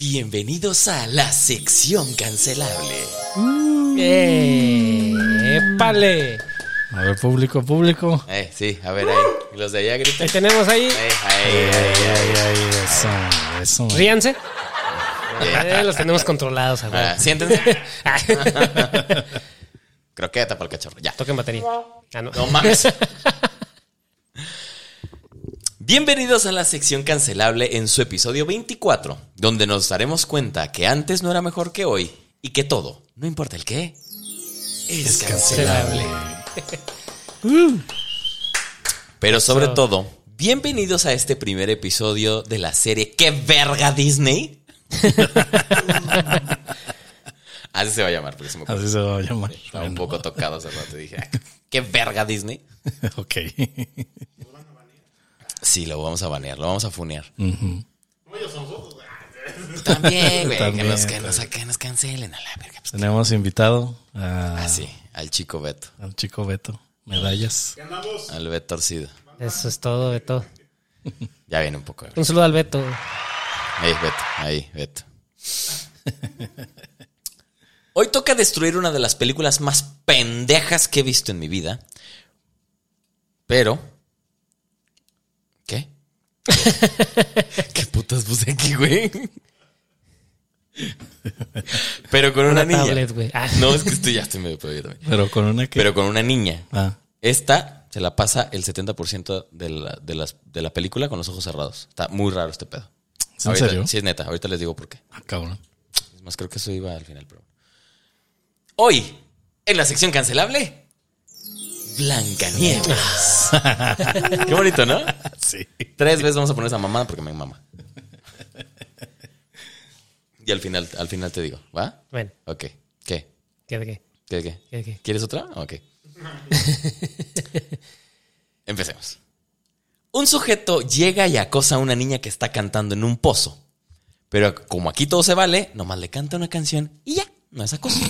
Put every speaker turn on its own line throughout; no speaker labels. Bienvenidos a la sección cancelable.
¡Eh! ¡Épale! A ver, público, público.
Eh, sí, a ver ahí. Los de allá gritan.
Ahí tenemos ahí.
Eh, ahí, ahí, ahí.
Ahí, ahí, eso, eso.
Ríanse.
Eh,
Eh, los tenemos controlados, a huevo.
ah, siéntense.
Ah,
Croqueta para el cachorro. Ya.
Toquen batería. Ah, no.
No mames. Bienvenidos a la sección cancelable en su episodio 24, donde nos daremos cuenta que antes no era mejor que hoy y que todo, no importa el qué, es cancelable. Pero sobre
So-
todo, bienvenidos a este primer episodio de la serie ¿Qué verga Disney? Así se va a llamar, porque se me ocurrió.
Así se va a llamar.
Estaba un
Bueno,
poco tocado hace rato y dije, "Ah, ¿qué verga Disney?
Ok.
Sí, lo vamos a banear, lo vamos a funear.
Ujú.
También, güey. que,
También,
nos, que, nos,
también.
que nos cancelen a la verga. Pues,
Tenemos invitado a,
así, al chico Beto,
al chico Beto. Medallas.
al Beto Torcido.
Eso es todo, Beto.
Ya viene un poco. güey.
Un saludo al Beto.
Ahí, Beto, ahí, Beto. Hoy toca destruir una de las películas más pendejas que he visto en mi vida. Pero. ¿Qué? ¿Qué putas puse aquí, güey? Pero con una,
Una
niña.
tablet, güey. Ah.
No, es que estoy ya estoy medio perdido también.
Pero con una que.
Pero con una niña.
Ah,
Esta se la pasa el 70% de la, de, las, de la película con los ojos cerrados. Está muy raro este pedo.
¿Es en
Ahorita-
serio?
Sí, es neta. Ahorita les digo por qué.
ah, cabrón.
Es más, creo que eso iba al final, pero. Hoy, en la sección cancelable, Blancanieves. qué bonito, ¿no?
Sí.
Tres veces vamos a poner esa mamada porque me mama. Y al final, al final te digo, ¿va?
Bueno,
Ok. ¿Qué?
¿qué de qué?
¿Qué? ¿Qué?
¿Qué de qué?
¿Quieres otra? Ok. Empecemos. Un sujeto llega y acosa a una niña que está cantando en un pozo. Pero como aquí todo se vale, nomás le canta una canción y ya, no es acoso.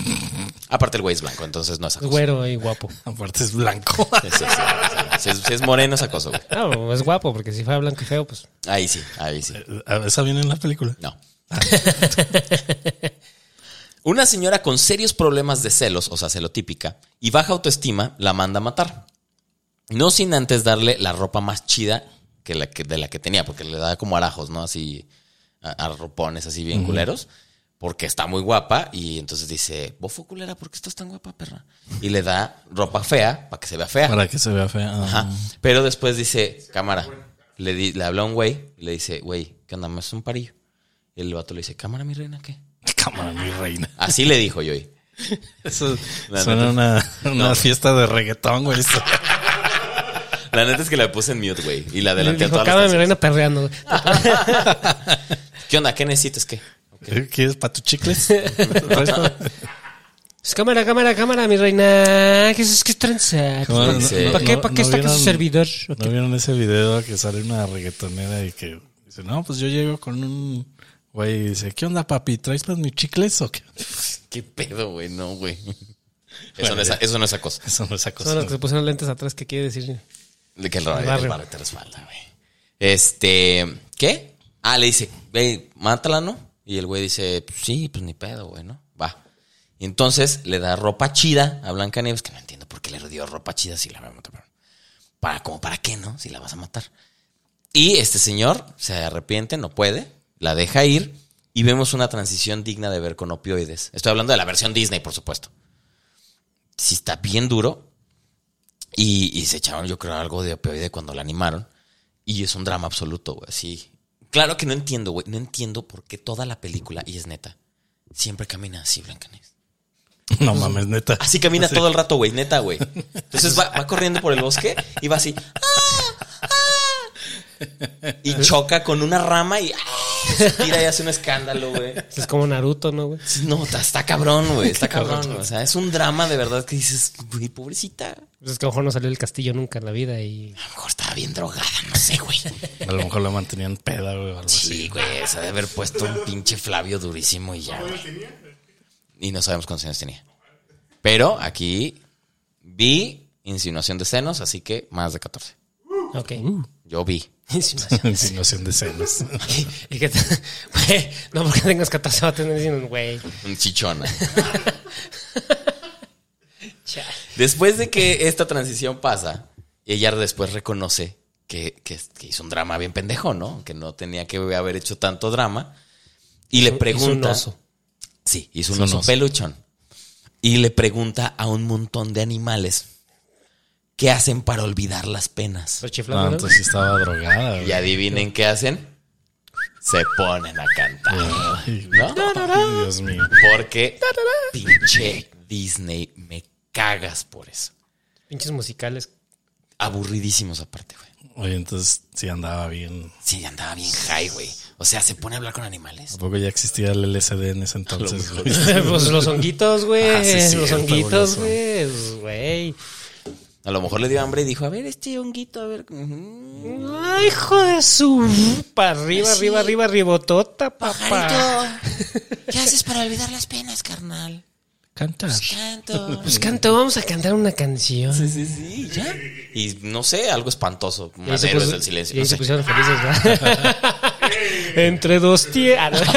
Aparte el güey es blanco, entonces no es
Es
acoso.
güero y guapo.
Aparte es blanco.
Sí, sí, sí, sí. Si, es, si es moreno es acoso, güey.
Ah, bueno, es guapo, porque si fuera blanco y feo, pues.
Ahí sí, ahí sí.
Ah, Esa viene en la película.
No. Una señora con serios problemas de celos, o sea, celotípica, y baja autoestima, la manda a matar. No sin antes darle la ropa más chida que la que, de la que tenía, porque le da como arajos, ¿no? Así, a- arropones así bien culeros, porque está muy guapa y entonces dice, bofo culera, ¿por qué estás tan guapa, perra? Y le da ropa fea para que se vea fea.
Para que se vea fea. Ah,
Ajá. Pero después dice, cámara. Le, di- le habla a un güey y le dice, güey, ¿qué onda? ¿Me haces un parillo? Y el vato le dice, cámara, mi reina, ¿qué?
Cámara, mi reina.
Así le dijo yo. y-
Eso
La
suena
neta.
una, una
No.
fiesta de reggaetón, güey. Eso.
La neta es que la puse en mute, güey. Y la
Le
adelanté a
Dijo,
todas
acaba
las
mi
canciones.
reina perreando. güey.
¿Qué onda? ¿Qué necesitas? ¿Qué?
¿Quieres para tus chicles? ¿Traes pa-
Pues, cámara, cámara, cámara, mi reina. ¿Qué es que es tranza?
¿Cómo
¿Para
no-
no-
qué,
no-
¿Para qué está
no
aquí su
vieron-
servidor? ¿O qué?
¿No vieron ese video que sale una reggaetonera y que dice, no, pues yo llego con un güey y dice, ¿qué onda, papi? ¿Traes para mis chicles o qué?
¿Qué pedo, güey? No, güey. Eso,
Bueno,
no es,
ya.
eso no es acoso.
Eso no es
Son los que
acoso.
se pusieron lentes atrás. ¿Qué quiere decir?
De que el barrio,
barrio.
el barrio te respalda, güey. Este, ¿qué? Ah, le dice, güey, mátala, ¿no? Y el güey dice, pues sí, pues ni pedo, güey, ¿no? Va. Y entonces le da ropa chida a Blanca Nieves, que no entiendo por qué le dio ropa chida si la va a matar. pero Para, como para qué, ¿no? Si la vas a matar. Y este señor se arrepiente, no puede, la deja ir y vemos una transición digna de ver con opioides. Estoy hablando de la versión Disney, por supuesto. Si está bien duro, y, y se echaron, yo creo, algo de opioide cuando la animaron. Y es un drama absoluto, güey. Sí. Claro que no entiendo, güey. No entiendo por qué toda la película, y es neta, siempre camina así, Blancanieves.
No mames, neta.
Así camina todo el rato, güey. Neta, güey. Entonces va, va corriendo por el bosque y va así. "Ah, ah", Y choca con una rama y ah, se tira y hace un escándalo, güey.
Es como Naruto, ¿no, güey?
Sí, No, está, está cabrón, güey. Está cabrón. O sea, es un drama de verdad que dices, güey, pobrecita. A
Pues es que a lo mejor no salió del castillo nunca en la vida y
lo mejor estaba bien drogada, no sé, güey.
A lo mejor la mantenían peda, güey, o algo así.
Sí, güey, se ha de haber puesto un pinche Flavio durísimo y ya, güey. Y no sabemos cuántos años tenía. Pero aquí vi insinuación de senos, así que más de 14.
Ok.
Yo vi.
Insinuación.
Insinuación de senos.
Y, y que te- güey, no porque tengas 14 va a tener insinuación, güey.
Un chichona.
Chale.
Después de que esta transición pasa, ella después reconoce que, que- que hizo un drama bien pendejo, ¿no? Que no tenía que haber hecho tanto drama. Y le pregunta.
Es un oso.
Sí, hizo un
Hizo un
oso
oso.
peluchón. Y le pregunta a un montón de animales qué hacen para olvidar las penas.
Lo chiflado,
No,
¿no?
entonces sí estaba drogada. güey.
Y adivinen qué hacen. Se ponen a cantar.
Ay,
¿No?
Ay, Dios mío.
Porque pinche Disney, me cagas por eso.
Pinches musicales.
Aburridísimos aparte, güey.
Oye, entonces sí andaba bien.
Sí, andaba bien high, güey. O sea, se pone a hablar con
¿A
animales.
poco ya existía el LSD en ese entonces? güey?
pues los honguitos, güey.
Ah, sí, sí,
los
está
honguitos,
fabuloso.
güey. pues, Güey.
A lo mejor le dio hambre y dijo, a ver, este honguito, a ver. ujú,
Ay, hijo de su. Para arriba, arriba, arriba, ribotota, papá.
¿Qué haces para olvidar las penas, carnal?
Canta.
Canto.
Pues canta, vamos a cantar una canción.
Sí, sí, sí, ya. Y no sé, algo espantoso.
Y ahí se
Madero es
puso-
el silencio.
Y ahí
no
se
sé.
pusieron felices, ¿verdad? Entre dos Ah, tierras.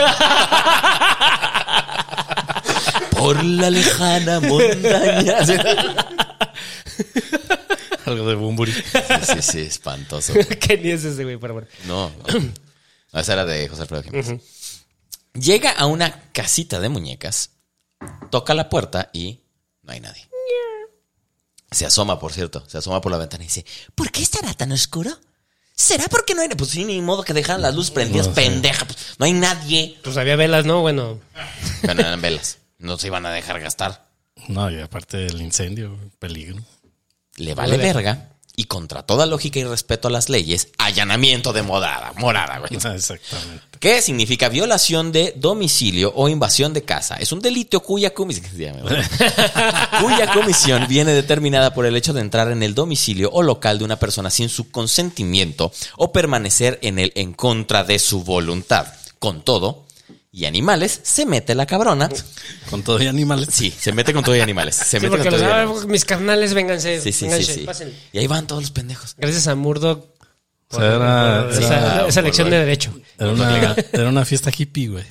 Por la lejana montaña. Sí,
Algo de Bumburi.
sí, sí, espantoso.
que ni es ese, güey, pero bueno.
No, no. No, Esa era de José Alfredo Jiménez. Llega a una casita de muñecas, toca la puerta y no hay nadie. Se asoma, por cierto, se asoma por la ventana y dice, ¿por qué estará tan oscuro? ¿Será porque no hay...? Pues sí, ni modo que dejaran las luces prendidas,
No, sí.
pendeja. pues, no hay nadie.
Pues había velas, ¿no? Bueno.
Bueno, eran velas. No se iban a dejar gastar.
No, y aparte del incendio, peligro.
Le vale
Vale.
verga. Y contra toda lógica y respeto a las leyes, allanamiento de morada. Morada, güey.
Ah, Exactamente.
¿Qué significa violación de domicilio o invasión de casa? Es un delito cuya comisión, cuya comisión viene determinada por el hecho de entrar en el domicilio o local de una persona sin su consentimiento o permanecer en él en contra de su voluntad. Con todo, y animales, se mete la cabrona.
Con todo y animales.
Sí, se mete con todo y animales. Se
Sí,
mete con
porque los,
todo y
ah,
animales.
mis carnales, vénganse.
Sí, sí, sí,
vénganse,
sí.
pásenle.
Y ahí van todos los pendejos.
Gracias a Murdoch.
O sea, era,
por
era-
esa, esa lección de
Murdoch.
derecho.
era una, era una fiesta hippie, güey.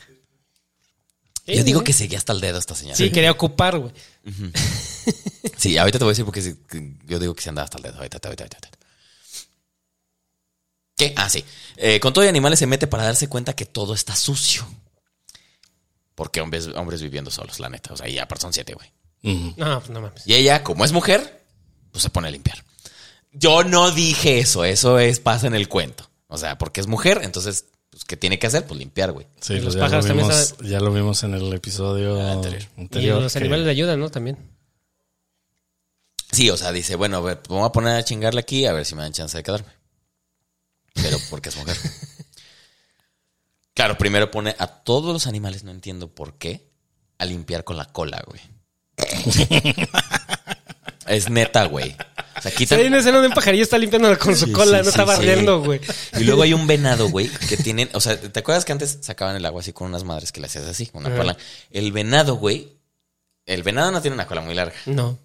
Yo digo que seguía hasta el dedo esta señora.
Sí, quería ocupar, güey.
Sí, ahorita te voy a decir porque sí, que yo digo que se andaba hasta el dedo. Ahorita, ahorita, ahorita. ahorita. ¿Qué? Ah, sí. Eh, con todo y animales se mete para darse cuenta que todo está sucio. Porque hombres, hombres viviendo solos, la neta. O sea, ya aparte son siete, güey.
Mm.
No, pues no mames.
Y ella, como es mujer, pues se pone a limpiar. Yo no dije eso. Eso es pasa en el cuento. O sea, porque es mujer, entonces, pues, ¿qué tiene que hacer? Pues limpiar, güey.
Sí,
Y los
ya, lo
pájaros también Ah,
vimos, ya lo vimos en el episodio anterior.
Y los
que-
animales le ayudan, ¿no? También.
Sí, o sea, dice, bueno, a ver, me voy a poner a chingarle aquí a ver si me dan chance de quedarme. Pero porque es mujer. claro, primero pone a todos los animales, no entiendo por qué, a limpiar con la cola, güey. es neta, güey. O sea,
Sí,
quitan-
hay una escena de un pajarillo está limpiando con su
Sí,
cola,
sí,
no está
sí,
barriendo,
sí.
güey.
Y luego hay un venado, güey, que tienen. O sea, ¿te acuerdas que antes sacaban el agua así con unas madres que le hacías así? Una
Ajá.
cola. El venado, güey. El venado no tiene una cola muy larga.
No.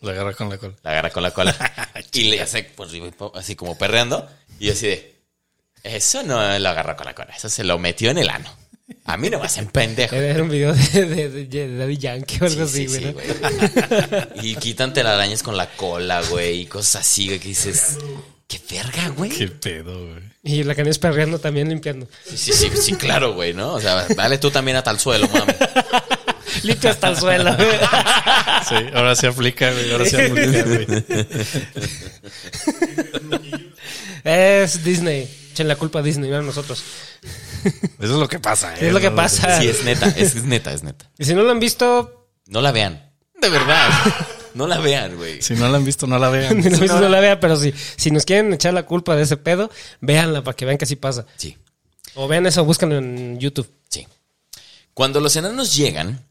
La agarra con la cola.
La agarra con la cola. y le hace por arriba y po- así como perreando. Y yo así de. Eso no lo agarró con la cola. Eso se lo metió en el ano. A mí no me hacen pendejo.
Era un video de, de, de- de Daddy Yankee o algo
Sí,
así,
sí,
güey.
sí,
¿no?
güey. Y quitan telarañas con la cola, güey. Y cosas así, güey. Que dices. ¡Qué verga, güey!
Qué pedo, güey.
Y la canción es perreando también, limpiando.
Sí, sí, sí, sí, claro, güey, ¿no? O sea, dale tú también hasta el suelo, mami.
Limpia hasta el suelo, güey.
Sí, ahora se aplica, güey. Ahora se aplica, güey.
Es Disney. Echen la culpa a Disney, no a nosotros.
Eso es lo que pasa, ¿eh?
Es lo que pasa.
Sí, es neta, es, es neta, es neta.
Y si no lo han visto,
No la vean. De verdad. No la vean, güey.
Si no la han visto, no la vean.
ni lo visto, no la vea, pero si, si nos quieren echar la culpa de ese pedo, véanla para que vean que así pasa.
Sí.
O vean eso, búscanlo en YouTube.
Sí. Cuando los enanos llegan,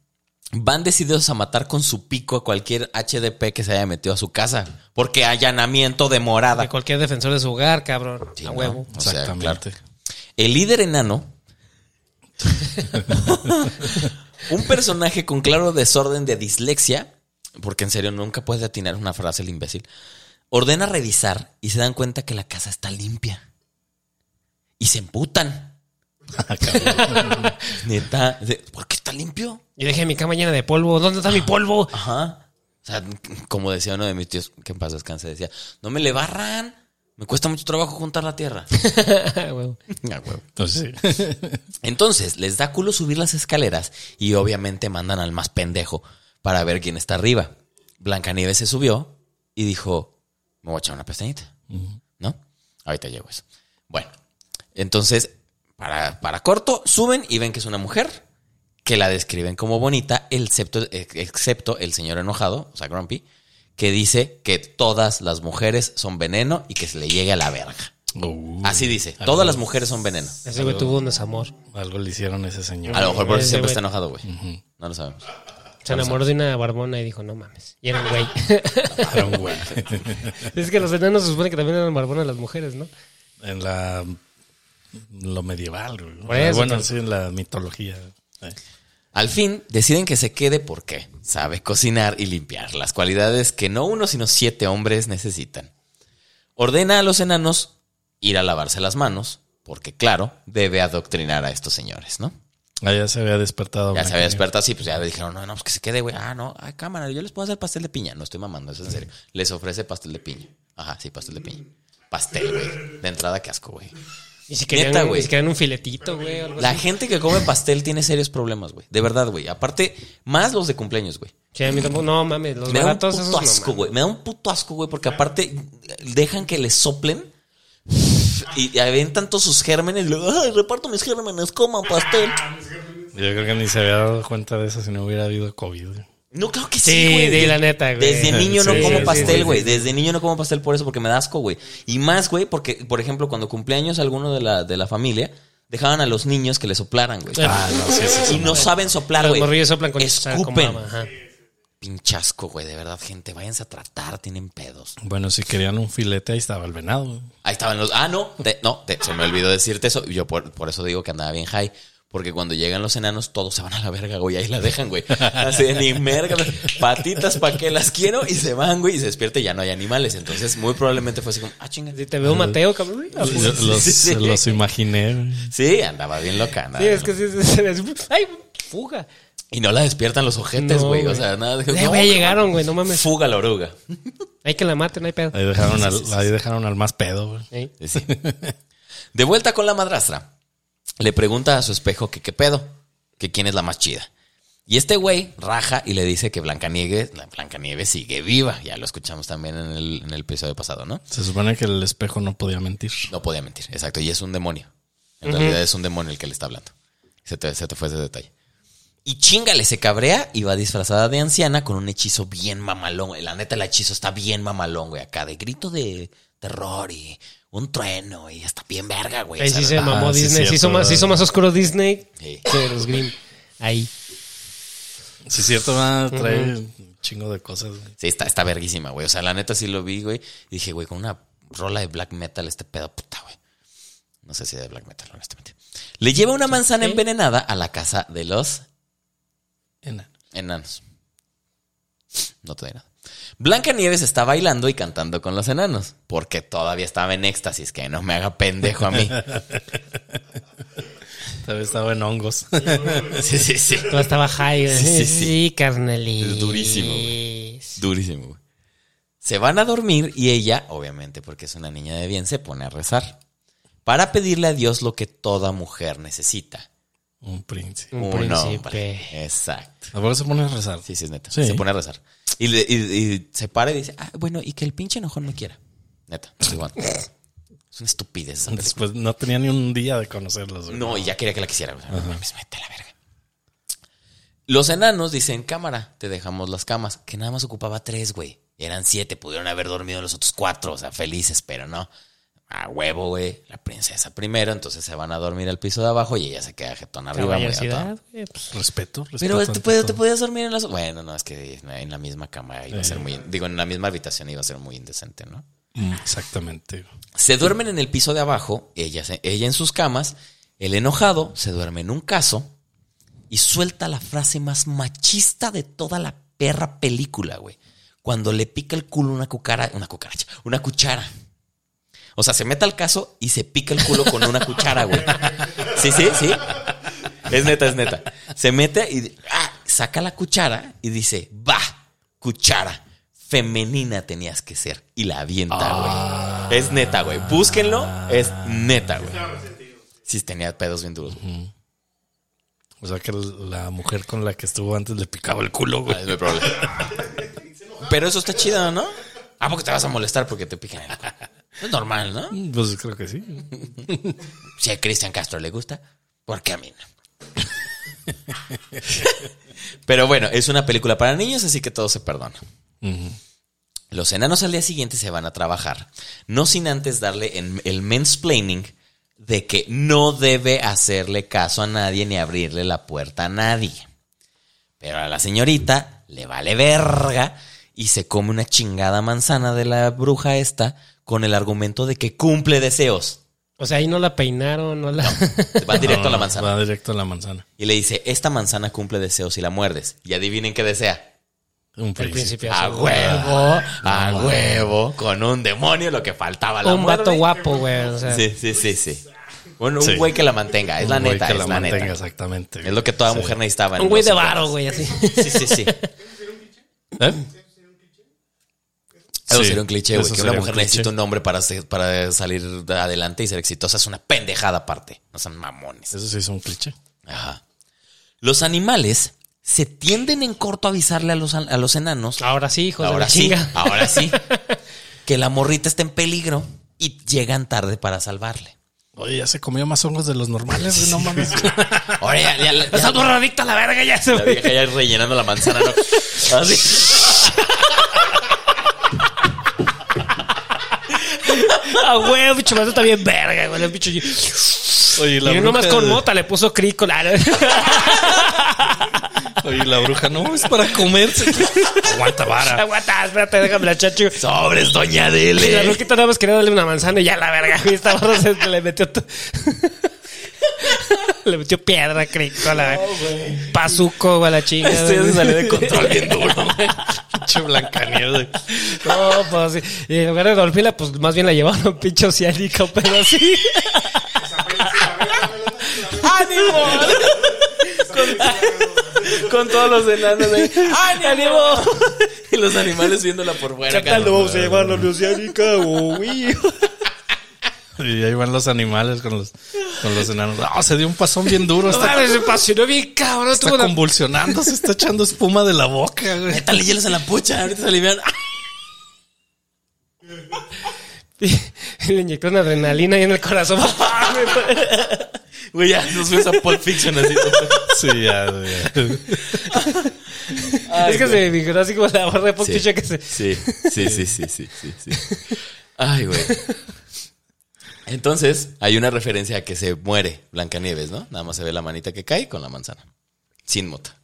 van decididos a matar con su pico a cualquier HDP que se haya metido a su casa. Porque allanamiento de
De
morada.
cualquier defensor de su hogar, cabrón.
Sí,
a
¿no?
huevo.
O sea, claro.
Exactamente.
El líder enano. un personaje con claro desorden de dislexia, porque en serio nunca puede atinar una frase el imbécil, ordena revisar y se dan cuenta que la casa está limpia. y se emputan. Neta, de, ¿por qué está limpio?
Yo dejé mi cama llena de polvo. ¿Dónde está mi
Ah.
polvo?
Ajá. O sea, como decía uno de mis tíos, que en paz descanse, decía, no me le barran, me cuesta mucho trabajo juntar la tierra.
Huevo.
Ah, huevo.
Entonces,
Entonces, les da culo subir las escaleras y obviamente mandan al más pendejo para ver quién está arriba. Blancanieves se subió y dijo, me voy a echar una pestañita. ¿No? Ahorita llego a eso. Bueno, entonces, para, para corto, suben y ven que es una mujer que la describen como bonita, excepto, excepto el señor enojado, o sea, Grumpy, que dice que todas las mujeres son veneno y que se le llegue a la verga.
uh,
Así dice, todas las mujeres son veneno.
Ese güey tuvo un desamor.
algo le hicieron a ese señor.
A lo mejor por eso
Ese
siempre
güey.
está enojado, güey. No lo sabemos.
Se enamoró de una barbona y dijo, no mames. Y era un güey.
Era un güey.
es que los enanos se supone que también eran barbonas las mujeres, ¿no?
en la lo medieval, güey.
Por eso,
bueno,
pero-
sí, en la mitología. Eh.
Al fin, deciden que se quede porque sabe cocinar y limpiar, las cualidades que no uno sino siete hombres necesitan. Ordena a los enanos ir a lavarse las manos, porque claro, debe adoctrinar a estos señores, ¿no?
Ah, ya se había despertado.
Ya se había
güey.
despertado así, pues ya le dijeron, no, no, pues que se quede, güey. Ah, no, ay, cámara, yo les puedo hacer pastel de piña. No estoy mamando, eso es en serio. Les ofrece pastel de piña. Ajá, sí, pastel de piña. Pastel, güey. De entrada, qué asco, güey.
Y si querían,
Neta,
un-
güey.
y si querían un filetito, güey. o algo
La
así.
gente que come pastel tiene serios problemas, güey. De verdad, güey. Aparte, más los de cumpleaños, güey.
Sí, a mí tampoco. No mames, los
Me da un
baratos
puto
esos. no
asco,
mames.
güey. Me da un puto asco, güey, porque aparte dejan que les soplen y aventan todos sus gérmenes. y luego, Ay, reparto mis gérmenes, coman pastel.
Yo creo que ni se había dado cuenta de eso si no hubiera habido COVID. güey.
No, claro que sí.
Sí,
güey.
di la neta, güey.
Desde niño no
Sí,
como
sí,
pastel,
sí,
güey. Desde niño no como pastel por eso, porque me da asco, güey. Y más, güey, porque, por ejemplo, cuando cumpleaños alguno de la, de la familia, dejaban a los niños que le soplaran, güey.
Ah, no, sí, sí,
y
sí.
no saben soplar,
Los
güey.
morrillos soplan con con
Escupen.
mama, ajá.
Pinchasco, güey. De verdad, gente, váyanse a tratar, tienen pedos.
Bueno, si querían un filete, ahí estaba el venado. güey.
Ahí estaban los. Ah, no, te- no, te- se me olvidó decirte eso. Yo por, por eso digo que andaba bien high. Porque cuando llegan los enanos, todos se van a la verga, güey. Ahí la dejan, güey. Así de ni merga. güey. Patitas, ¿pa' qué las quiero? Y se van, güey. Y se despierta y ya no hay animales. Entonces, muy probablemente fue así como, ah, chinga.
Si te veo Mateo, cabrón.
Yo Los,
Ah, pues, sí, sí.
los imaginé. güey.
Sí, andaba bien loca. andaba
Sí,
bien
es que sí, sí, sí, sí. ¡Ay, fuga!
loca. Y no la despiertan los ojetes,
No,
güey. O
güey.
sea, nada.
Ya,
no,
güey, llegaron, güey, no mames.
Fuga la oruga.
Hay que la maten, hay pedo.
Ahí dejaron al, ahí dejaron al más pedo. güey.
Sí.
Sí, sí. De vuelta con la madrastra, le pregunta a su espejo que qué pedo, que quién es la más chida. Y este güey raja y le dice que Blancanieves, la Blancanieves sigue viva. Ya lo escuchamos también en el, en el episodio pasado, ¿no?
Se supone que el espejo no podía mentir.
No podía mentir, exacto. Y es un demonio. En realidad es un demonio el que le está hablando. Se te, se te fue ese detalle. Y chingale, se cabrea y va disfrazada de anciana con un hechizo bien mamalón. güey. La neta, el hechizo está bien mamalón, güey. Acá de grito de terror y un trueno y está bien verga, güey.
Ahí
O sea,
sí se mamó
ah, sí,
Disney. se, hizo
cierto,
más, se hizo más oscuro Disney
Sí.
que los Grimm. Ahí.
Si es cierto, va a traer un chingo de cosas. güey.
Sí, está, está verguísima, güey. O sea, la neta sí lo vi, güey. Y dije, güey, con una rola de black metal, este pedo puta, güey. No sé si de black metal, honestamente. Le lleva una manzana
Ok.
envenenada a la casa de los
Ena.
enanos. No te doy nada. Blanca Nieves está bailando y cantando con los enanos, porque todavía estaba en éxtasis, que no me haga pendejo a mí.
Tal vez estaba en hongos.
Sí, sí, sí.
Todo estaba high. güey.
Sí, sí, sí.
carnalito.
Es durísimo, Durísimo, güey. Se van a dormir y ella, obviamente porque es una niña de bien, se pone a rezar. Para pedirle a Dios lo que toda mujer necesita.
Un príncipe.
Un príncipe.
Exacto.
¿A poco se pone a rezar?
Sí, sí, es neta.
Sí.
Se pone a rezar. Y, le- y- y se para y dice, ah, bueno, y que el pinche enojón me quiera. Neta. sí, bueno. Es una estupidez. esa película.
Después no tenía ni un día de conocerlos. güey.
No, y ya quería que la quisiera. güey. No mames, vete a la verga. Los enanos dicen, cámara, te dejamos las camas. Que nada más ocupaba tres, güey. Eran siete, pudieron haber dormido los otros cuatro, o sea, felices, pero no. A huevo, güey. La princesa primero, entonces se van a dormir al piso de abajo y ella se queda jetón arriba. muy atado.
Caballerosidad, güey. pues,
Respeto, respeto.
Pero
ante
te, puedes-
todo.
te podías dormir en las... Bueno, no, es que en la misma cama iba a ser muy... Digo, en la misma habitación iba a ser muy indecente, ¿no?
Mm, Exactamente.
Se duermen en el piso de abajo, ella, se- ella en sus camas, el enojado se duerme en un caso y suelta la frase más machista de toda la perra película, güey. Cuando le pica el culo una cucara, una cucaracha, una cuchara. O sea, se mete al caso y se pica el culo con una cuchara, güey. Sí, sí, sí. Es neta, es neta. Se mete y ah, saca la cuchara y dice, va, cuchara. Femenina tenías que ser. Y la avienta, güey. Es neta, güey. Búsquenlo. Es neta, güey. Sí, tenía pedos bien duros, güey.
O sea que la mujer con la que estuvo antes le picaba el culo, güey.
Ah, no hay problema. Pero eso está chido, ¿no? ¿A poco te vas a molestar porque te pican el culo? Es normal, ¿no?
Pues creo que sí.
Si a Cristian Castro le gusta, ¿por qué a mí no? Pero bueno, es una película para niños, así que todo se perdona. Los enanos al día siguiente se van a trabajar, no sin antes darle en- el mansplaining de que no debe hacerle caso a nadie ni abrirle la puerta a nadie. Pero a la señorita le vale verga y se come una chingada manzana de la bruja esta con el argumento de que cumple deseos.
O sea, ahí no la peinaron, no la.
Va directo a la
No,
manzana.
Va directo a la manzana.
Y le dice, esta manzana cumple deseos y la muerdes. Y adivinen qué desea.
Un
Al
príncipe.
principio.
A
Ah,
huevo, a huevo, con un demonio, lo que faltaba. La
Un
muerde.
vato guapo, güey. O sea,
Sí, sí, sí, sí. Bueno, un
Sí.
güey que la mantenga, Ah, es la
Un güey
neta,
que
es
la
la,
mantenga,
neta.
exactamente.
Es lo que toda
Sí.
mujer necesitaba. en
Un güey
los
de
cincuentas.
varo, güey, así.
Sí, sí, sí.
¿Eh?
Eso
Sí,
sería un cliché, güey.
eso
Que una
sería un
mujer
cliché.
necesita un hombre para, ser- para salir adelante y ser exitosa. Es una pendejada aparte. No son mamones.
Eso sí es un cliché.
Ajá. Los animales se tienden en corto a avisarle a los, an- a los enanos.
Ahora sí, hijo de
ahora
la
sí,
chinga.
ahora sí. Que la morrita está en peligro y llegan tarde para salvarle.
Oye, ya se comió más hongos de los normales, güey, no mames.
Ahora ya, ya- ya-
Esa burra adicta a la verga ya se
la vieja ya rellenando la manzana. ¿no? Así.
A huevo, bicho, eso está bien verga, güey. El bicho. Y
Oye,
y nomás con mota le puso crico. la-
Oye, la bruja, no, es para comerse. Aguanta vara.
Aguanta, espérate, déjame la chacho.
Sobres, doña
Y La
Dele.
loquita nada más quería darle una manzana y ya la verga, güey. Esta barra se le metió. to- le metió piedra, crico, a la Pazuco, güey, a la chinga.
Esto Este ya se salió de control bien duro.
Pinche Blancanieves.
No, pues sí. Y en lugar de golpearla, pues más bien la llevaron a un pinche oceánico, pero así. ¡Ánimo!
Con todos los enanos ahí. ¡Ay, ánimo! Y los animales viéndola por fuera.
¿Qué tal
cabrón.
lo vamos a llevar a la oceánica, güey?
Y ahí van los animales con los, con los enanos. Ah, se dio un pasón bien duro.
No
Está,
mames, se apasionó bien, cabrón.
está
Tuvo una-
convulsionando, se está echando espuma de la boca, güey.
Métale hielos en la pucha. Ahorita se alivian.
Le inyectó una adrenalina ahí en el corazón.
Güey, ya nos fuimos a Pulp Fiction así.
Sí, ya, güey.
es que se me figuró así como la barra de Pulp Fiction que se.
Sí, sí, sí, sí, sí, sí, sí. Ay, güey. Entonces, hay una referencia a que se muere Blancanieves, ¿no? Nada más se ve la manita que cae con la manzana. Sin mota.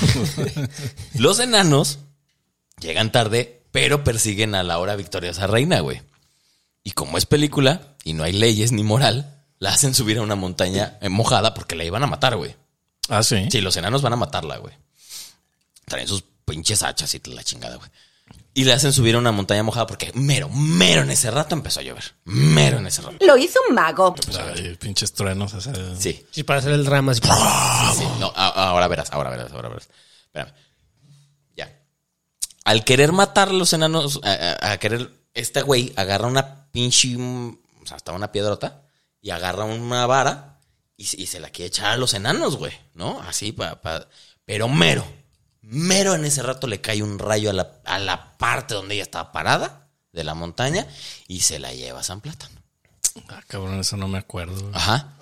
Los enanos llegan tarde, pero persiguen a la hora victoriosa reina, güey. Y como es película y no hay leyes ni moral, la hacen subir a una montaña eh, mojada porque la iban a matar, güey.
Ah, sí.
Sí, los enanos van a matarla, güey. Traen sus pinches hachas y la chingada, güey. Y le hacen subir a una montaña mojada porque mero, mero en ese rato empezó a llover. Mero en ese rato.
Lo hizo un mago.
Ay, pinches truenos. o sea,
Sí,
Sí, para hacer el drama. Así.
sí. No, a- ahora verás, ahora verás, ahora verás. Espérame. Ya. Al querer matar a los enanos, a, a- a querer, este güey agarra una pinche, mm, o sea, hasta una piedrota y agarra una vara y, se- y se la quiere echar a los enanos, güey, ¿no? Así, pa, pa- pero mero, mero en ese rato le cae un rayo a la, a la parte donde ella estaba parada de la montaña y se la lleva a San Plátano.
ah, cabrón, eso no me acuerdo. güey.
Ajá.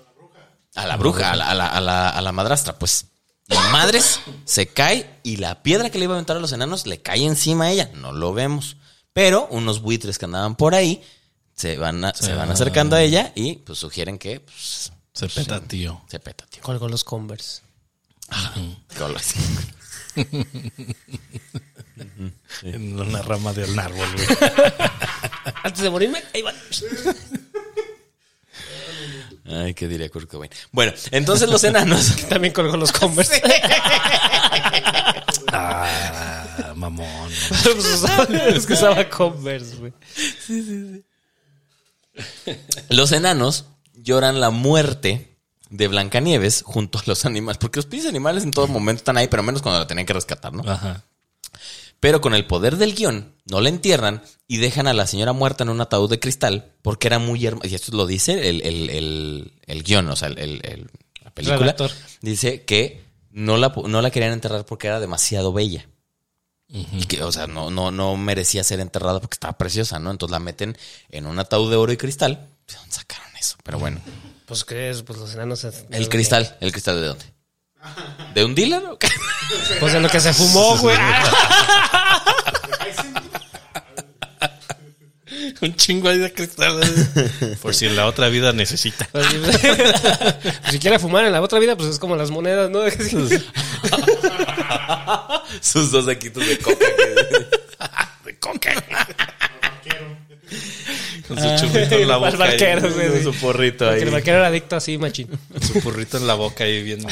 A la bruja, a la, a la- a la- a la madrastra, pues. La madres se cae y la piedra que le iba a aventar a los enanos le cae encima a ella. No lo vemos. Pero unos buitres que andaban por ahí se van, a- se van acercando a ella y pues sugieren que pues,
Se peta, tío.
se peta, tío.
Colgó los Converse.
Con los-
En una rama de un árbol, güey.
Antes de morirme, ahí va.
Ay, qué diría Kurt Cobain. Bueno, entonces los enanos.
También colgó los Converse.
Ah, mamón.
Pues usaba- es que usaba Converse, güey.
Los enanos lloran la muerte de Blancanieves junto a los animales, porque los pinches animales en todo momento están ahí, pero menos cuando la tenían que rescatar, ¿no?
Ajá.
Pero con el poder del guión, no la entierran y dejan a la señora muerta en un ataúd de cristal porque era muy hermosa. Y esto lo dice el, el, el- el guión, o sea, el, el- el- la película.
Redactor.
Dice que no la, pu- no la querían enterrar porque era demasiado bella. Y que, o sea, no, no, no merecía ser enterrada porque estaba preciosa, ¿no? Entonces la meten en un ataúd de oro y cristal. ¿De dónde sacaron eso? Pero bueno.
Pues qué es, pues los enanos. es-
El cristal, ¿el cristal de dónde? ¿De un dealer? o qué?
Pues de lo que se fumó, güey.
Un chingo ahí de cristal. Por si en la otra vida necesita.
Pues, pues, si quiere fumar en la otra vida, pues es como las monedas, ¿no?
Sus dos equitos de coca. que-
De coca. Con su churrito en la
Al
boca. ahí,
barquero, güey, sí.
Su porrito
Que el
ahí.
vaquero era adicto así, machín.
Su porrito en la boca ahí bien.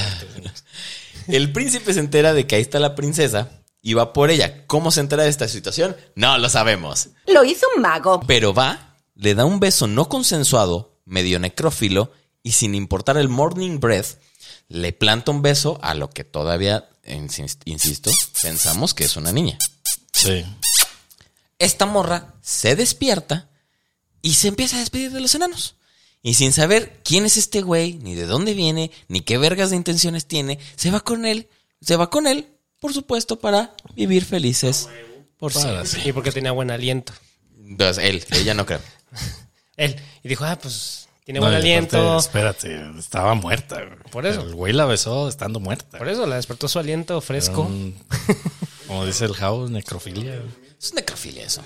El príncipe se entera de que ahí está la princesa y va por ella. ¿Cómo se entera de esta situación? No lo sabemos.
Lo hizo un mago.
Pero va, le da un beso no consensuado, medio necrófilo, y sin importar el morning breath, le planta un beso a lo que todavía, insis- insisto, pensamos que es una niña.
Sí.
Esta morra se despierta y se empieza a despedir de los enanos. Y sin saber quién es este güey, ni de dónde viene, ni qué vergas de intenciones tiene, se va con él, se va con él, por supuesto, para vivir felices.
Por sí.
Para sí.
Y porque tenía buen aliento.
Entonces, él, ella no creo.
Él. Y dijo, ah, pues tiene
No,
buen
y
aliento.
aparte, espérate, estaba muerta. güey.
Por eso.
El güey la besó estando muerta.
Por eso la despertó su aliento fresco.
Un- como dice el house, necrofilia.
Es necrofilia eso.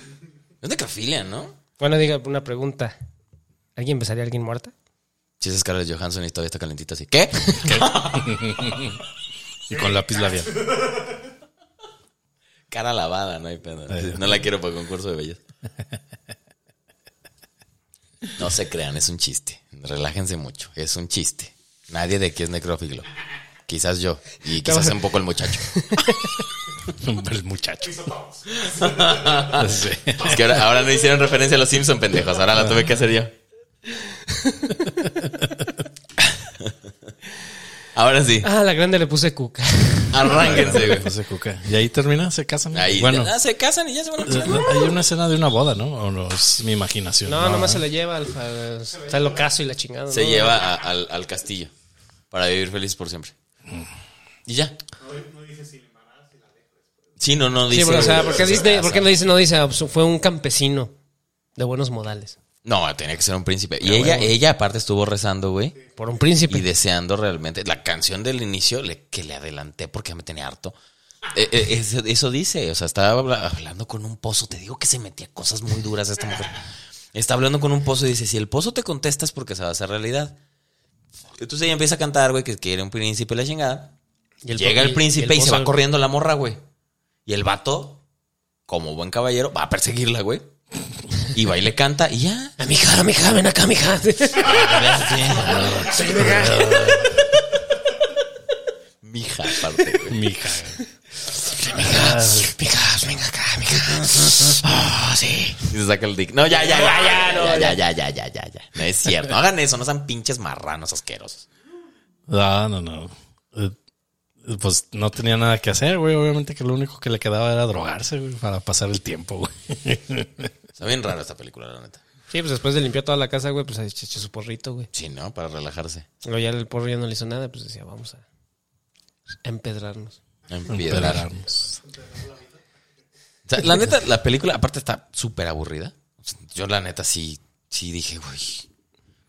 Es necrofilia, ¿no?
Bueno, diga una pregunta. ¿Alguien besaría a alguien muerta?
Si es Scarlett Johansson y todavía está calentita así. ¿Qué?
Y con lápiz labial.
Cara lavada, no hay pedo.
Ay,
No la quiero para concurso de belleza. No se crean, es un chiste. Relájense mucho, es un chiste. Nadie de aquí es necrófilo. Quizás yo y quizás un poco el muchacho.
El muchacho. Sí.
Es que ahora, ahora no hicieron referencia a los Simpson pendejos, ahora la tuve que hacer yo. Ahora sí,
Ah, la grande le puse cuca.
arránquense, güey.
Entonces, Cuca. Y ahí termina, se casan.
Ahí
bueno,
ah, se casan y ya se van a casar.
hay una escena de una boda, ¿no? O no, es mi imaginación. Ah,
No, nomás se la lleva al, al- está el ocaso y la chingada.
se
¿no?
lleva a- al, al castillo para vivir feliz por siempre. Y ya. No, dice
Sí,
si
pero,
la
o sea,
embaraza
¿por qué,
Sí, no, no dice.
dice, ¿por qué no dice, no dice, ah, pues, fue un campesino de buenos modales?
No, tenía que ser un príncipe.
Ah,
Y ella, ella aparte estuvo rezando, güey.
Por un
Y
príncipe.
deseando realmente. La canción del inicio le, que le adelanté porque me tenía harto. Eh, eh, eso, eso dice. O sea, estaba habla- hablando con un pozo. Te digo que se metía cosas muy duras esta mujer. Está hablando con un pozo y dice: Si el pozo te contesta es porque se va a hacer realidad. Entonces ella empieza a cantar, güey, que quiere un príncipe y la chingada.
Y el-
Llega
y-
el príncipe
y
y,
el
se va
pozo-
corriendo la morra, güey. Y el vato, como buen caballero, va a perseguirla, güey. Y va y le canta y ya.
A mi hija, a mi hija, ven acá, mi hija.
Mija, aparte, güey.
Mija.
Mijas, venga acá, mijas. Oh, sí. Y se saca el dick. No, ya, ya, ya, ya, no, ya, ya, ya, ya, ya, ya. No es cierto. No hagan eso, no sean pinches marranos asquerosos.
No, Ah, no, no. Eh, Pues no tenía nada que hacer, güey. Obviamente que lo único que le quedaba era drogarse, güey, para pasar el tiempo, güey.
Está bien raro esta película, la neta.
Sí, pues después de limpiar toda la casa, güey, pues ahí se echó su porrito, güey.
Sí, ¿no? Para relajarse.
Luego ya el porro ya no le hizo nada, pues decía, vamos a empedrarnos.
Empiedrar.
Empedrarnos.
O sea, la neta, la película aparte está súper aburrida. O sea, Yo la neta sí, sí dije, güey,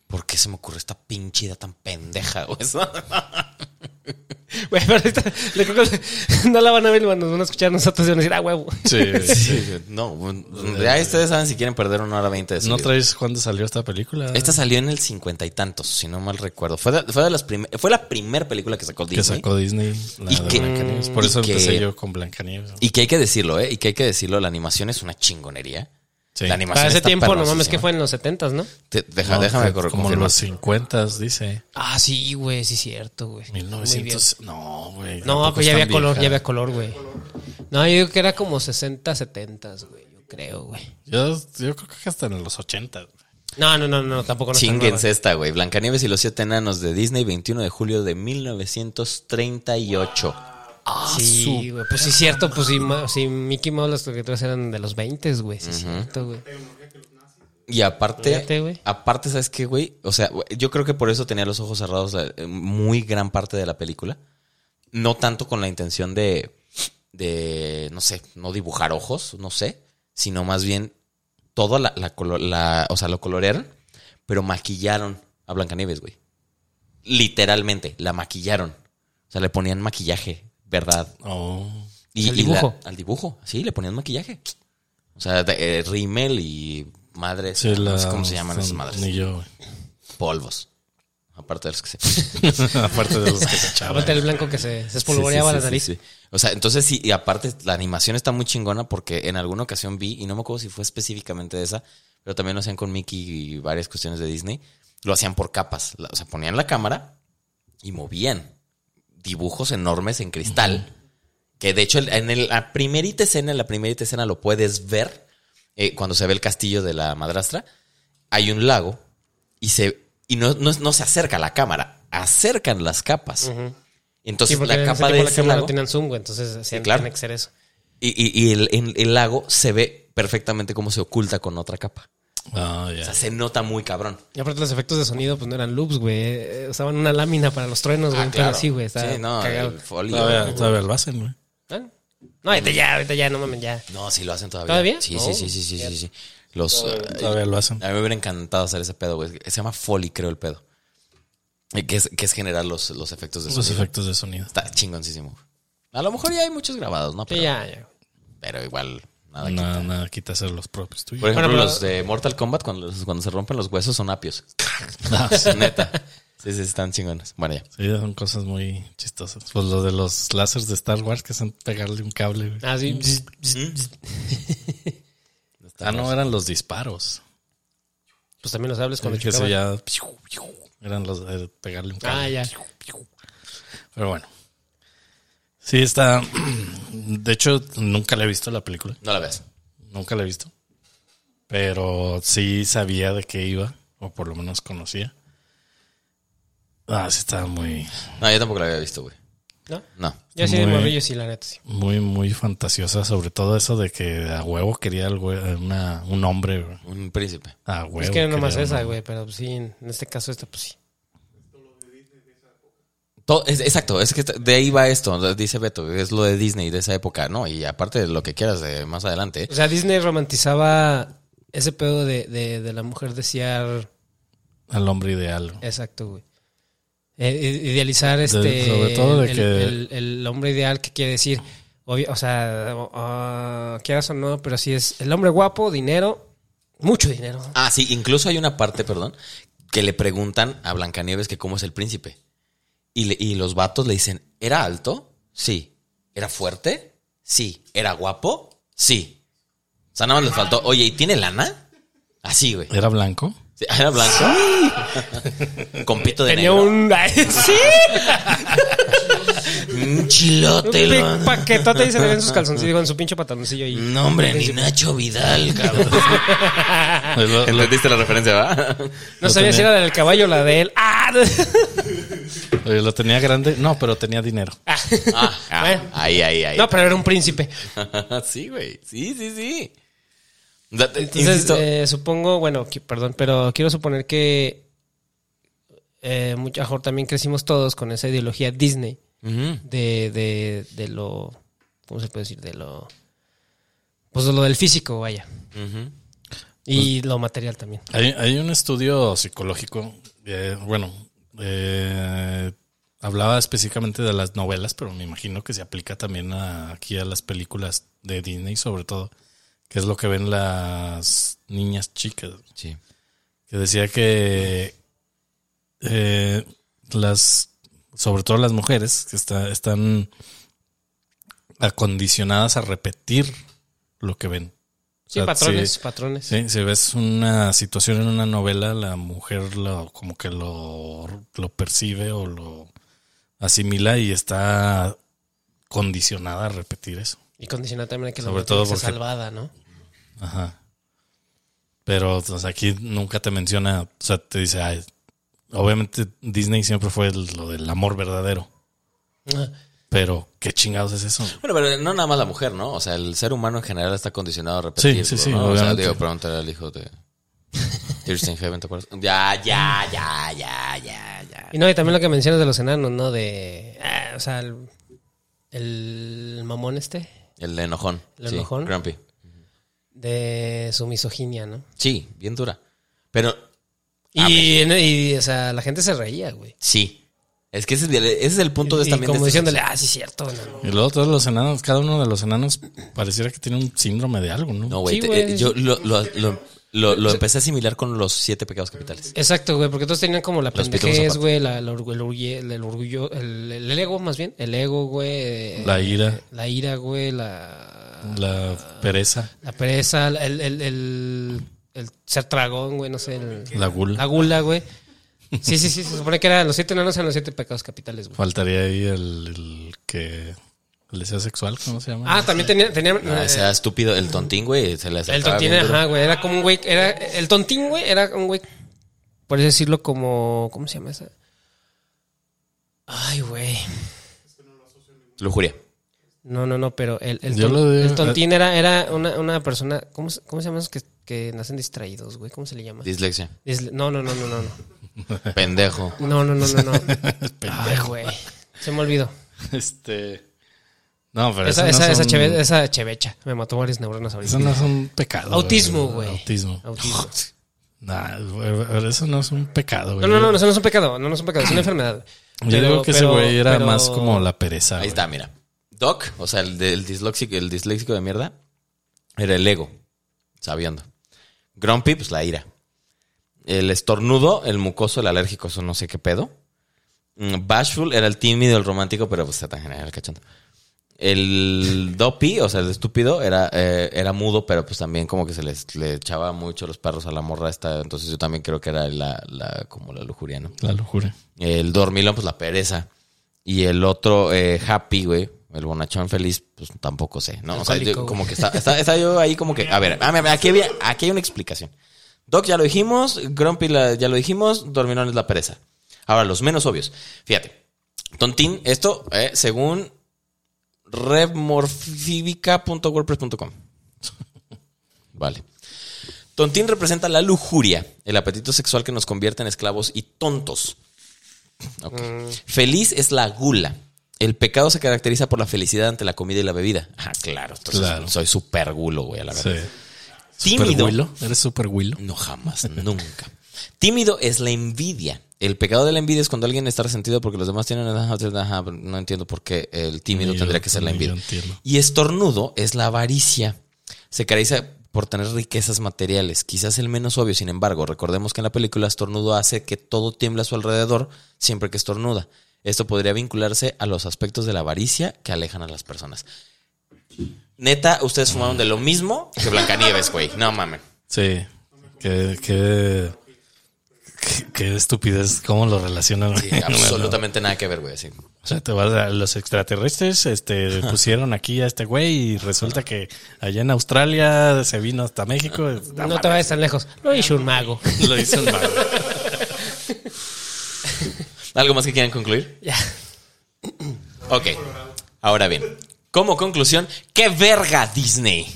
¿por qué se me ocurre esta pinche idea tan pendeja? güey?"
Güey, pero ahorita, le creo que no la van a ver, nos van a escuchar nosotros y van a decir, ah, huevo.
Sí, sí.
No, bueno, ya ustedes saben si quieren perder una hora veinte de su
¿No
vida.
traes cuándo salió esta película?
Esta salió en el cincuenta y tantos, si no mal recuerdo. Fue, de- fue, de las prim- fue la primera película que sacó
que
Disney.
sacó Disney, la
Y
de
que-
Blancanieves. Por
y
eso
que-
empecé yo con Blancanieves.
Y que hay que decirlo, ¿eh? Y que hay que decirlo, la animación es una chingonería.
Sí.
La animación
Para ese
está
tiempo, no mames,
perrosísima.
que fue en los setentas, ¿no?
Te- deja-
No,
déjame
fue
correr.
Como los 50 dice.
Ah, sí, güey, sí, cierto, güey. Muy bien.
1900. No, güey.
No,
tampoco
pues ya
es
había
tan
color,
vieja.
ya había color, güey. No, yo digo que era como 60, 70, güey, yo creo, güey.
Yo, yo creo que hasta en los 80. güey.
No, no, no, no, tampoco no está
Chinguense
nueva.
esta, güey. Blancanieves y los siete enanos de Disney, 21 de julio de 1938. Ah,
Sí, güey. Pues sí, cierto. Pues sí, ma- sí, Mickey Mouse, las caricaturas eran de los 20, güey. Sí, cierto, güey.
Y aparte,
Fíjate, güey.
aparte, ¿sabes qué, güey? O sea, güey, yo creo que por eso tenía los ojos cerrados la- eh, muy gran parte de la película. No tanto con la intención de, de, no sé, no dibujar ojos, no sé, sino más bien todo la, la, colo- la- o sea, lo colorearon, pero maquillaron a Blancanieves, güey. Literalmente, la maquillaron. O sea, le ponían maquillaje, ¿verdad?
Oh.
Y,
Al
y la-
dibujo.
al dibujo, sí, le ponían maquillaje. O sea, de- eh, rímel y madres.
Sí, la-
no sé cómo se llaman esas madres.
Ni yo, güey.
Polvos. Aparte de los que se.
Aparte de los que se echaban.
Aparte el blanco que se, se
Sí,
espolvoreaba
sí,
la
sí,
nariz.
sí, sí. O sea, entonces sí, y aparte la animación está muy chingona porque en alguna ocasión vi, y no me acuerdo si fue específicamente de esa, pero también lo hacían con Mickey y varias cuestiones de Disney. Lo hacían por capas. La- O sea, ponían la cámara y movían dibujos enormes en cristal. Que de hecho, el- en el- la primerita escena, en la primerita escena lo puedes ver eh, cuando se ve el castillo de la madrastra. Hay un lago y se. Y no, no, es- no se acerca la cámara, acercan las capas.
Sí,
Entonces
porque
la
en ese
capa
tiempo
de
la
ese
cámara no
lago-
tenían zoom, güey. Entonces hacían-
claro.
tiene que ser eso.
y, y- y el, en- el lago se ve perfectamente cómo se oculta con otra capa.
Ah, ya.
O sea, se nota muy cabrón.
Y aparte los efectos de sonido pues no eran loops, güey. Eh, Usaban una lámina para los truenos, güey.
Ah,
Pero
claro.
sí, güey. Estaba
Sí, no,
cagado.
el folio.
Todavía, todavía lo hacen, güey.
Ah, No, ahorita ya, ahorita ya, no mames, ya.
No, sí lo hacen todavía.
¿Todavía?
Sí,
Oh,
sí, sí, sí, sí, sí, sí. Los, eh,
Todavía lo hacen.
A mí me hubiera encantado hacer ese pedo, güey. Se llama Foley, creo, el pedo. Eh, Que es, que es generar los, los efectos de
Los
sonido.
efectos de sonido.
pues, Está chingoncísimo. güey. A lo mejor ya hay muchos grabados, ¿no?
Sí,
Pero,
ya, ya.
pero igual, nada. que-
Nada, nada quita hacer los propios
Por
tuyos.
ejemplo,
Bueno, pero-
los de Mortal Kombat, cuando, los- cuando se rompen los huesos, son apios. Neta. Sí, sí, están chingones. Bueno, ya.
Sí, son cosas muy chistosas. Pues lo de los láseres de Star Wars que son pegarle un cable, güey.
Ah, sí.
Está
Ah, no, eran los disparos.
Pues también los hables cuando
que eso
chocaban.
ya piu, piu, eran los de pegarle un cable.
Ah, ya.
Piu, piu. Pero bueno. Sí, está. De hecho, nunca la he visto la película.
No la ves.
Nunca la he visto. Pero sí sabía de qué iba. O por lo menos conocía. Ah, sí, estaba muy,
No, yo tampoco la había visto, güey.
¿No?
No.
Yo sí de
Muy-
morrillo, sí, la neta, sí.
muy, muy fantasiosa. Sobre todo eso de que a huevo quería el güe- una, un hombre. güey.
Un príncipe.
A huevo.
Es que no nomás
quería un
esa,
hombre.
güey, pero sí, en este caso esta, pues sí.
Todo- es- exacto, es que de ahí va esto, dice Beto, es lo de Disney de esa época, ¿no? Y aparte de lo que quieras de más adelante, ¿eh?
O sea, Disney romantizaba ese pedo de, de, de la mujer desear...
Al hombre ideal. güey.
Exacto, güey. Eh, i- idealizar este...
sobre todo de
el,
que-
el- el hombre ideal que quiere decir... obvio- o sea, o- ah, quieras o no, pero sí es el hombre guapo, dinero, mucho dinero.
Ah, sí, incluso hay una parte, perdón, que le preguntan a Blancanieves que cómo es el príncipe. Y, le- y los vatos le dicen, ¿era alto? Sí. ¿Era fuerte? Sí. ¿Era guapo? Sí. O sea, nada más les faltó, oye, ¿y tiene lana? Así, güey.
¿Era blanco?
Sí, ¿Era blanco? Con pito de
Tenía
negro.
un... ¡Sí!
Un chilote.
Un
lo- Mm,
pic- paquetote y se le ven sus calzoncillos, digo, en su pinche pantaloncillo ahí.
No, hombre, ni Nacho Vidal, cabrón.
Ah.
Es lo- lo-
Entendiste la referencia, ¿verdad?
No
Lo
sabía
tenía.
si era la del caballo o la de él. ¡Ah!
Oye, lo tenía grande, no, pero tenía dinero.
Ah, ah,
Bueno.
ahí, ahí, ahí.
No, pero era un príncipe.
sí, güey. Sí, sí, sí. Da- te-
Entonces,
insisto,
eh, supongo, bueno, qui- perdón, pero quiero suponer que eh, mucho mejor también crecimos todos con esa ideología Disney
ujú.
de, de, de lo. ¿Cómo se puede decir? De lo. Pues de lo del físico, vaya. Y
Pues
lo material también.
Hay, hay un estudio psicológico, eh, bueno, eh, hablaba específicamente de las novelas, pero me imagino que se aplica también a- aquí a las películas de Disney, sobre todo, que es lo que ven las niñas chicas,
Sí.
que decía que eh, las, sobre todo las mujeres, que está- están acondicionadas a repetir lo que ven.
Sí,
O sea,
patrones, patrones.
Sí, si ves una situación en una novela, la mujer lo, como que lo, lo percibe o lo asimila y está condicionada a repetir eso.
Y condicionar también a que la
Sobre
mujer
todo
tiene que ser
porque-
salvada, ¿no?
Ajá. Pero o sea, aquí nunca te menciona, o sea, te dice, "Ay, obviamente Disney siempre fue el- lo del amor verdadero.
Ah,
Pero, ¿qué chingados es eso?
Bueno, pero no nada más la mujer, ¿no? O sea, el ser humano en general está condicionado a repetir.
Sí, sí, sí,
¿no? O sea,
obviamente.
digo, pregúntale al hijo de Tears in Heaven, ¿te acuerdas? Ya, ya, ya, ya, ya, ya.
Y no, y también lo que mencionas de los enanos, ¿no? De. ah, o sea, el, el mamón este.
El enojón.
El
sí,
enojón.
Grumpy.
De su misoginia, ¿no?
Sí, bien dura. Pero
Ah, pues
Y, y, o sea, la gente se reía, güey.
sí. Es que ese es el, ese es el punto de
Y
esta
como
de esta
diciéndole, ah, sí, cierto. enano".
Y luego todos los enanos, cada uno de los enanos pareciera que tiene un síndrome de algo, ¿no?
No, güey.
"Ah, Sí,
te-
güey.
eh, Yo lo, lo- lo- lo- lo empecé a asimilar con los siete pecados capitales.
Exacto, güey, porque todos tenían como la
Los pitamos
pendejez,
aparte.
güey, la, la orgu- el, orgulle- el orgullo, el, el ego, más bien, el ego, güey.
La ira,
La ira, güey, la,
la pereza,
la pereza, la- el, el, el, el ser dragón, güey, no sé. el-
la
la
gula.
gula, güey. Sí, sí, sí, se supone que eran los siete enanos eran los siete pecados capitales, güey.
Faltaría ahí el, el que... El deseo sexual, ¿cómo se llama?
Ah, también tenía, tenía
Ah,
eh,
sea estúpido el tontín, güey. Se le
el
acercaba
tontín,
bien duro.
ajá, güey, era como un güey, era, el tontín, güey, era un güey, por así decirlo, como, ¿cómo se llama esa? Ay, güey.
Lujuria.
No, no, no, pero el, el,
Yo
ton-
lo eh. digo-
el tontín era, era una, una persona, ¿cómo, se- cómo se llaman esos que, que nacen distraídos, güey? ¿Cómo se le llama?
Dislexia.
Disle- no, no, no, no, no, no.
Pendejo.
No, no, no, no, no. Ay, güey. Se me olvidó.
Este... No, pero
Esa,
eso no
esa, esa,
son-
cheve- esa chevecha. Me mató varias neuronas ahorita.
Eso no es un pecado.
Autismo, güey.
Autismo.
Autismo.
Nah, güey, eso no es un pecado, güey.
No, no, no, eso no es un pecado, no, no es un pecado, es una enfermedad.
Yo
Pero-
digo que
pero-
ese güey era
pero-
más como la pereza.
Ahí
güey.
está, mira. Doc, o sea, el, del disléxico, el disléxico de mierda, era el ego, sabiendo. Grumpy, pues la ira. El estornudo, el mucoso, el alérgico, eso no sé qué pedo. Mm, Bashful era el tímido, el romántico, pero pues está tan general el cachondo. El dopey, o sea, el estúpido, era, eh, era mudo, pero pues también como que se les le echaba mucho los perros a la morra esta. Entonces yo también creo que era la, la- como la lujuria, ¿no?
La locura.
El dormilón, pues la pereza. Y el otro, eh, happy, güey. El bonachón feliz, pues tampoco sé. No, o sea,
Alcohólico,
yo
güey.
como que está, está, está yo ahí como que. A ver, a ver, aquí, había- aquí hay una explicación. Doc ya lo dijimos, Grumpy la- ya lo dijimos, dormilón es la pereza. Ahora, los menos obvios. Fíjate. Tontín, esto, eh, según revmorfívica.wordpress.com. Vale. Tontín representa la lujuria, el apetito sexual que nos convierte en esclavos y tontos. Ok. Feliz es la gula. El pecado se caracteriza por la felicidad ante la comida y la bebida. Ah, claro. Entonces
Claro.
soy súper gulo, güey, a la
Sí.
verdad. Tímido.
Superhuilo. ¿Eres super huilo?
No, jamás, nunca. Tímido es la envidia. El pecado de la envidia es cuando alguien está resentido porque los demás tienen... No entiendo por qué el tímido
Ni yo,
tendría que ser la
ni yo
envidia.
entiendo.
Y estornudo es la avaricia. Se caracteriza por tener riquezas materiales, quizás el menos obvio, sin embargo, recordemos que en la película estornudo hace que todo tiembla a su alrededor siempre que estornuda. Esto podría vincularse a los aspectos de la avaricia que alejan a las personas. Neta, ustedes fumaron de lo mismo que Blancanieves, güey. No mames.
Sí. Qué, qué, qué, qué estupidez. ¿Cómo lo relacionan?
Sí,
güey?
absolutamente nada que ver, güey. así.
O sea, te vas a los extraterrestres, este, pusieron aquí a este güey y resulta que allá en Australia se vino hasta México.
No, te vayas tan lejos. Lo hizo un mago.
Lo hizo el mago.
¿Algo más que quieran concluir?
Ya.
Ok. Ahora bien, como conclusión, ¡qué verga Disney!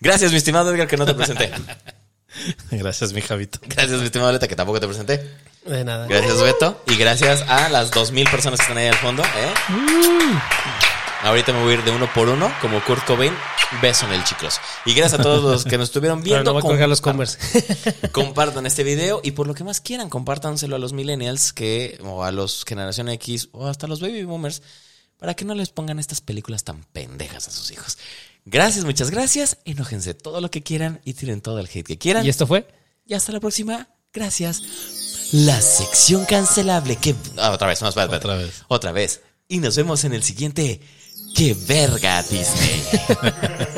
Gracias, mi estimado Edgar, que no te presenté.
Gracias, mi Javito.
Gracias, mi estimado Leta, que tampoco te presenté.
De nada.
Gracias, Beto. Y gracias a las 2.000 personas que están ahí al fondo. ¿eh?
Mm.
Ahorita me voy a ir de uno por uno, como Kurt Cobain. Beso en el chicloso. Y gracias a todos los que nos estuvieron
Pero
viendo.
no voy a
con-
colgar los Converse.
compartan este video y por lo que más quieran, compártanselo a los millennials que, o a los generación X o hasta a los baby boomers para que no les pongan estas películas tan pendejas a sus hijos. Gracias, muchas gracias. Enójense todo lo que quieran y tiren todo el hate que quieran.
y esto fue.
Y hasta la próxima. Gracias. La sección cancelable. Que... ah, otra vez, no, espera, espera.
Otra vez.
Otra vez. Y nos vemos en el siguiente. ¡Qué verga, Disney!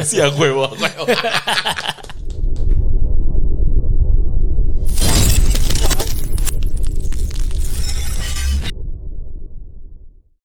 sí, a huevo, a huevo.